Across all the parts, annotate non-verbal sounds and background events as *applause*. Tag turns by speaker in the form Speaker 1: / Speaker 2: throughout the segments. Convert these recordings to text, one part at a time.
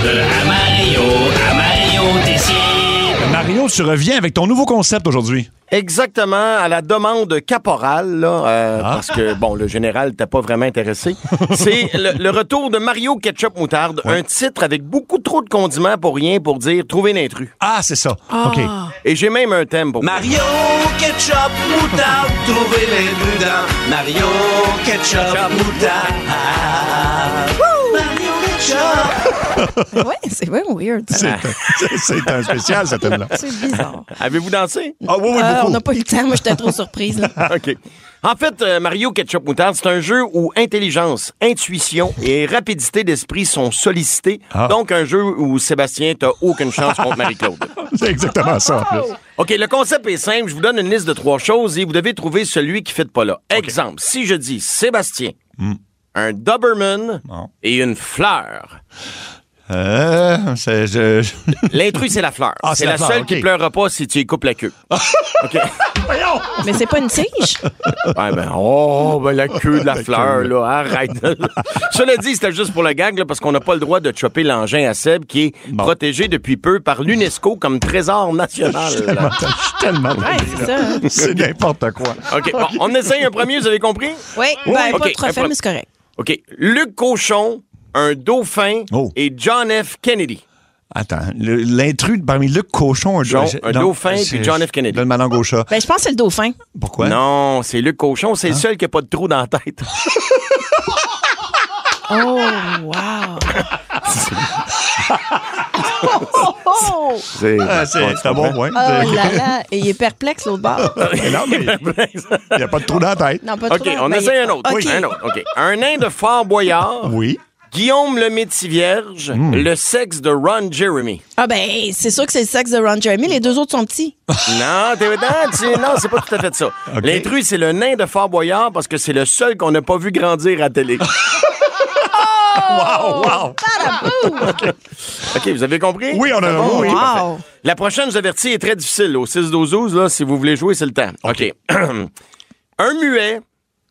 Speaker 1: bleu à Mario, à Mario Tessier.
Speaker 2: Mario, tu reviens avec ton nouveau concept aujourd'hui.
Speaker 3: Exactement, à la demande caporale, là, euh,
Speaker 2: Ah.
Speaker 3: parce que, bon, le général t'as pas vraiment
Speaker 2: *laughs*
Speaker 3: intéressé. C'est le, le retour de Mario Ketchup Moutarde, un titre avec beaucoup trop de condiments pour rien pour dire trouver l'intrus.
Speaker 2: Ah, c'est ça. OK.
Speaker 3: Et j'ai même un thème pour
Speaker 1: Mario, ketchup, moutarde, trouvez les deux dans Mario, ketchup, moutarde. Mario, ketchup.
Speaker 4: Ouais, c'est vraiment weird.
Speaker 2: C'est *laughs* c'est un spécial, cette thème-là.
Speaker 4: C'est bizarre.
Speaker 3: Avez-vous dansé?
Speaker 2: Ah oui, oui,
Speaker 4: Ah, on
Speaker 2: beaucoup. *laughs*
Speaker 4: n'a pas eu le temps. Moi, j'étais trop surprise. là.
Speaker 3: *laughs* OK. En fait, euh, Mario Ketchup Moutarde, c'est un jeu où intelligence, intuition et rapidité d'esprit sont sollicitées.
Speaker 2: Ah.
Speaker 3: Donc, un jeu où Sébastien, t'as aucune chance contre Marie-Claude.
Speaker 2: *laughs* C'est exactement ça, en plus.
Speaker 3: OK, le concept est simple. Je vous donne une liste de trois choses et vous devez trouver celui qui fit pas là. Exemple, si je dis Sébastien, un Doberman
Speaker 2: Hmm. Non.
Speaker 3: et une fleur.
Speaker 2: Euh, c'est... Je... *laughs*
Speaker 3: L'intrus, c'est la fleur.
Speaker 2: Ah, c'est
Speaker 3: c'est
Speaker 2: la
Speaker 3: la,
Speaker 2: fleur,
Speaker 3: seule
Speaker 2: OK.
Speaker 3: qui pleure pas si tu y coupes
Speaker 2: *laughs*
Speaker 3: la queue. OK.
Speaker 4: Mais c'est pas une tige.
Speaker 3: Ouais, ben, oh, ben, la queue de la fleur, là, arrête. Cela dit, c'était juste pour le gag, là, parce qu'on n'a pas le droit de choper l'engin à Seb, qui est protégé depuis peu par l'UNESCO comme trésor national.
Speaker 2: Tellement...
Speaker 4: Ouais, c'est ça. hein.
Speaker 2: C'est n'importe quoi.
Speaker 3: OK, bon, on essaye un premier, vous avez compris?
Speaker 4: Oui, ben,
Speaker 3: OK,
Speaker 4: pas trop
Speaker 3: un
Speaker 4: fait,
Speaker 3: pro-
Speaker 4: mais c'est correct.
Speaker 3: OK, Luc Cochon, un dauphin
Speaker 2: Oh.
Speaker 3: et John F. Kennedy.
Speaker 2: Attends, le- l'intrus parmi Luc Cochon... Un,
Speaker 3: Jean-
Speaker 2: je-
Speaker 3: un
Speaker 2: non,
Speaker 3: dauphin,
Speaker 2: je-
Speaker 3: puis John F. Kennedy.
Speaker 2: je Donne ma langue au chat.
Speaker 4: Ben, je pense que c'est le dauphin.
Speaker 2: Pourquoi?
Speaker 3: Non, c'est Luc Cochon, c'est le
Speaker 2: Hein?
Speaker 3: seul qui n'a pas de trou dans la tête.
Speaker 4: Oh, wow. oh,
Speaker 3: C'est
Speaker 2: Ah, c'est
Speaker 3: Ouais,
Speaker 2: c'est bon, Euh, ouais.
Speaker 4: là là. Et il est perplexe, l'autre bord.
Speaker 2: Mais non, mais il n'y a pas de trou dans la tête.
Speaker 4: Oh. Non, pas
Speaker 3: *laughs* OK,
Speaker 4: trop.
Speaker 3: on
Speaker 4: Ben,
Speaker 3: essaye un autre.
Speaker 4: OK.
Speaker 3: Un autre, OK. Un nain de Fort Boyard.
Speaker 2: Oui. Hmm.
Speaker 3: Guillaume le Métis Vierge, le sexe de Ron Jeremy.
Speaker 4: Ah, ben, c'est sûr que c'est le sexe de Ron Jeremy. Les deux autres sont petits.
Speaker 3: Non, t'es- non, tu- non, c'est pas tout à fait
Speaker 2: *laughs*
Speaker 3: ça.
Speaker 2: OK.
Speaker 3: L'intrus, c'est le nain de Fort Boyard parce que c'est le seul qu'on n'a pas vu grandir à télé.
Speaker 4: Oh.
Speaker 2: Wow, wow.
Speaker 3: OK, vous avez compris?
Speaker 2: Oui, on a-
Speaker 3: C'est bon?
Speaker 2: oui.
Speaker 3: OK, parfait.
Speaker 4: Wow.
Speaker 3: La prochaine, je vous avertis, est très difficile. Au 6-12-12, là, si vous voulez jouer, c'est le temps. OK. *clears throat* Un muet,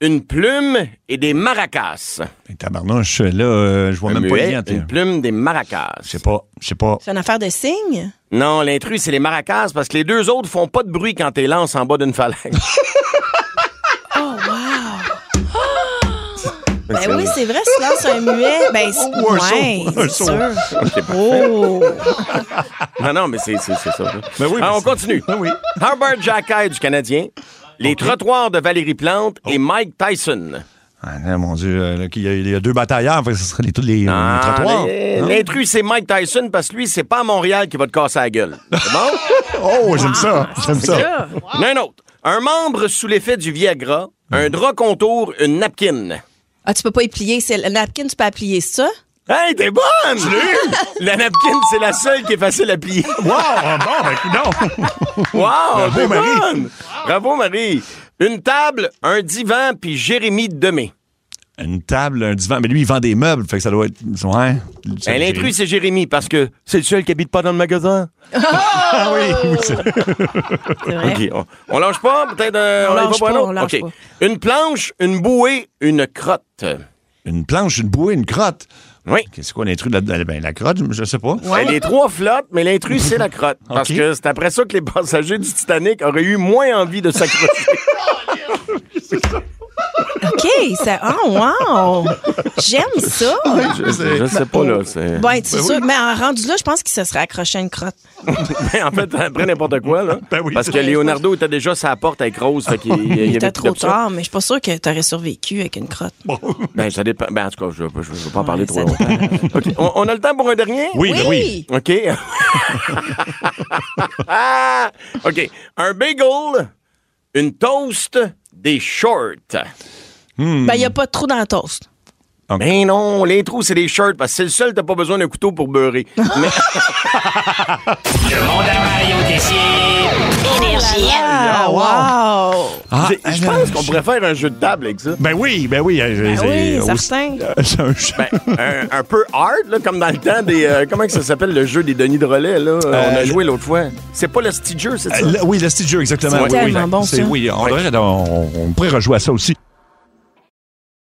Speaker 3: une plume et des maracas.
Speaker 2: Mais Tabarnouche, là, euh, je vois
Speaker 3: Un
Speaker 2: même pas le
Speaker 3: muet,
Speaker 2: lien. t'es-
Speaker 3: une plume, des maracas.
Speaker 2: Je sais pas, je sais pas.
Speaker 4: C'est une affaire de signe.
Speaker 3: Non, l'intrus, c'est les maracas parce que les deux autres font pas de bruit quand t'es lance en bas d'une falaise.
Speaker 2: *laughs*
Speaker 4: Ben oui, c'est vrai, si lance un muet, ben c'est
Speaker 2: Ou un
Speaker 4: ouais,
Speaker 2: saut. Un
Speaker 4: c'est
Speaker 2: saut.
Speaker 4: sûr. Oh!
Speaker 3: Non, non, mais c'est c'est- c'est ça. là.
Speaker 2: Ben oui, mais
Speaker 3: Ah, on
Speaker 2: c'est-
Speaker 3: continue.
Speaker 2: *laughs* Ben oui.
Speaker 3: Herbert Jacquet du Canadien, les trottoirs de Valérie Plante
Speaker 2: Oh.
Speaker 3: et Mike Tyson.
Speaker 2: Ah, non, mon Dieu, euh, là, qu'il y a- il y, a deux batailleurs, fait que ce serait les, tous les, les
Speaker 3: Ah,
Speaker 2: trottoirs.
Speaker 3: mais-
Speaker 2: Hein?
Speaker 3: L'intrus, c'est Mike Tyson parce que lui, c'est pas à Montréal qui va te casser la *laughs* gueule. C'est bon?
Speaker 2: Oh, j'aime ça, j'aime ça.
Speaker 3: Il y en a un autre. Un membre sous l'effet du Viagra, un drap contour, une napkin.
Speaker 4: Ah, tu peux pas y plier. C'est le napkin, tu peux applier ça.
Speaker 3: Hey, t'es bonne! La napkin, c'est la seule qui est facile à plier.
Speaker 2: Wow, ah, bon, ben, non.
Speaker 3: Wow, t'es
Speaker 2: Marie.
Speaker 3: bonne! Bravo, Marie. Une table, un divan, puis Jérémy Demé.
Speaker 2: *laughs* Une table, un divan, mais lui, il vend des meubles, fait que ça doit être... Ouais.
Speaker 3: Ben, l'intrus, c'est Jérémy, parce que c'est le seul qui habite pas dans le magasin.
Speaker 2: Ah oui, oui, c'est vrai.
Speaker 4: C'est vrai.
Speaker 3: OK, on, on lâche pas, peut-être euh,
Speaker 4: Hein? On
Speaker 3: on, y va
Speaker 4: lâche
Speaker 3: pour un
Speaker 4: pas,
Speaker 3: autre?
Speaker 4: on lâche
Speaker 3: OK.
Speaker 4: pas.
Speaker 3: Une planche, une bouée, une crotte.
Speaker 2: Une planche, une bouée, une crotte.
Speaker 3: Oui.
Speaker 2: Qu'est-ce quoi l'intrus? de La, ben, la crotte, je sais pas.
Speaker 3: Ben, les trois flottent, mais l'intrus, c'est
Speaker 2: *laughs*
Speaker 3: la crotte. Parce
Speaker 2: OK.
Speaker 3: que c'est après ça que les passagers du Titanic auraient eu moins envie de
Speaker 2: *laughs*
Speaker 3: s'accrocher.
Speaker 4: OK, ça. Oh, wow! J'aime ça!
Speaker 3: je, sais- je sais pas, là. c'est-
Speaker 4: Ouais, c'est sûr. Mais en rendu là, je pense qu'il se serait accroché à une crotte.
Speaker 3: *laughs* Ben, en fait, après n'importe quoi, là.
Speaker 2: Ben oui.
Speaker 3: parce que Leonardo était déjà sa porte avec Rose, fait
Speaker 4: *laughs*
Speaker 3: qu'il il y avait
Speaker 4: Il était
Speaker 3: plus
Speaker 4: trop
Speaker 3: d'options.
Speaker 4: tard, mais je suis pas sûre que tu aurais survécu avec une crotte.
Speaker 3: Ben, ça dépend. Ben, en tout cas, je je- je veux pas en parler
Speaker 4: Ouais,
Speaker 3: trop
Speaker 4: ça
Speaker 3: longtemps. OK, on, on a le temps pour un dernier?
Speaker 2: Oui, ben oui.
Speaker 3: OK. *laughs* Ah! OK. Un bagel, une toast, des shorts.
Speaker 4: Ben, il n'y a pas de trou dans la toast.
Speaker 3: Ben non, l'intro, c'est des shorts parce que c'est le seul, t'as pas besoin d'un couteau pour beurrer.
Speaker 2: *laughs*
Speaker 3: Mais
Speaker 1: Le monde à Mario Tessier. Énergie.
Speaker 4: Ah, wow!
Speaker 2: Ah,
Speaker 3: j'ai- je pense qu'on pourrait faire un jeu de table avec ça.
Speaker 2: Ben oui, ben oui. euh,
Speaker 4: Ben
Speaker 2: c'est- *laughs*
Speaker 4: oui, certain.
Speaker 2: Euh, c'est un jeu.
Speaker 3: Ben, un, un peu hard, là, comme dans le temps des. euh, comment que ça s'appelle le jeu des Denis de relais, là? on a
Speaker 2: Euh, le-
Speaker 3: joué l'autre fois. C'est pas le petit jeu, c'est ça?
Speaker 2: Euh, le- oui, le style de jeu, exactement.
Speaker 3: C'est
Speaker 2: Oui,
Speaker 4: tellement
Speaker 2: oui.
Speaker 4: bon,
Speaker 2: C'est-
Speaker 4: ça.
Speaker 2: Oui, on, devrait- on- on pourrait rejouer à ça aussi.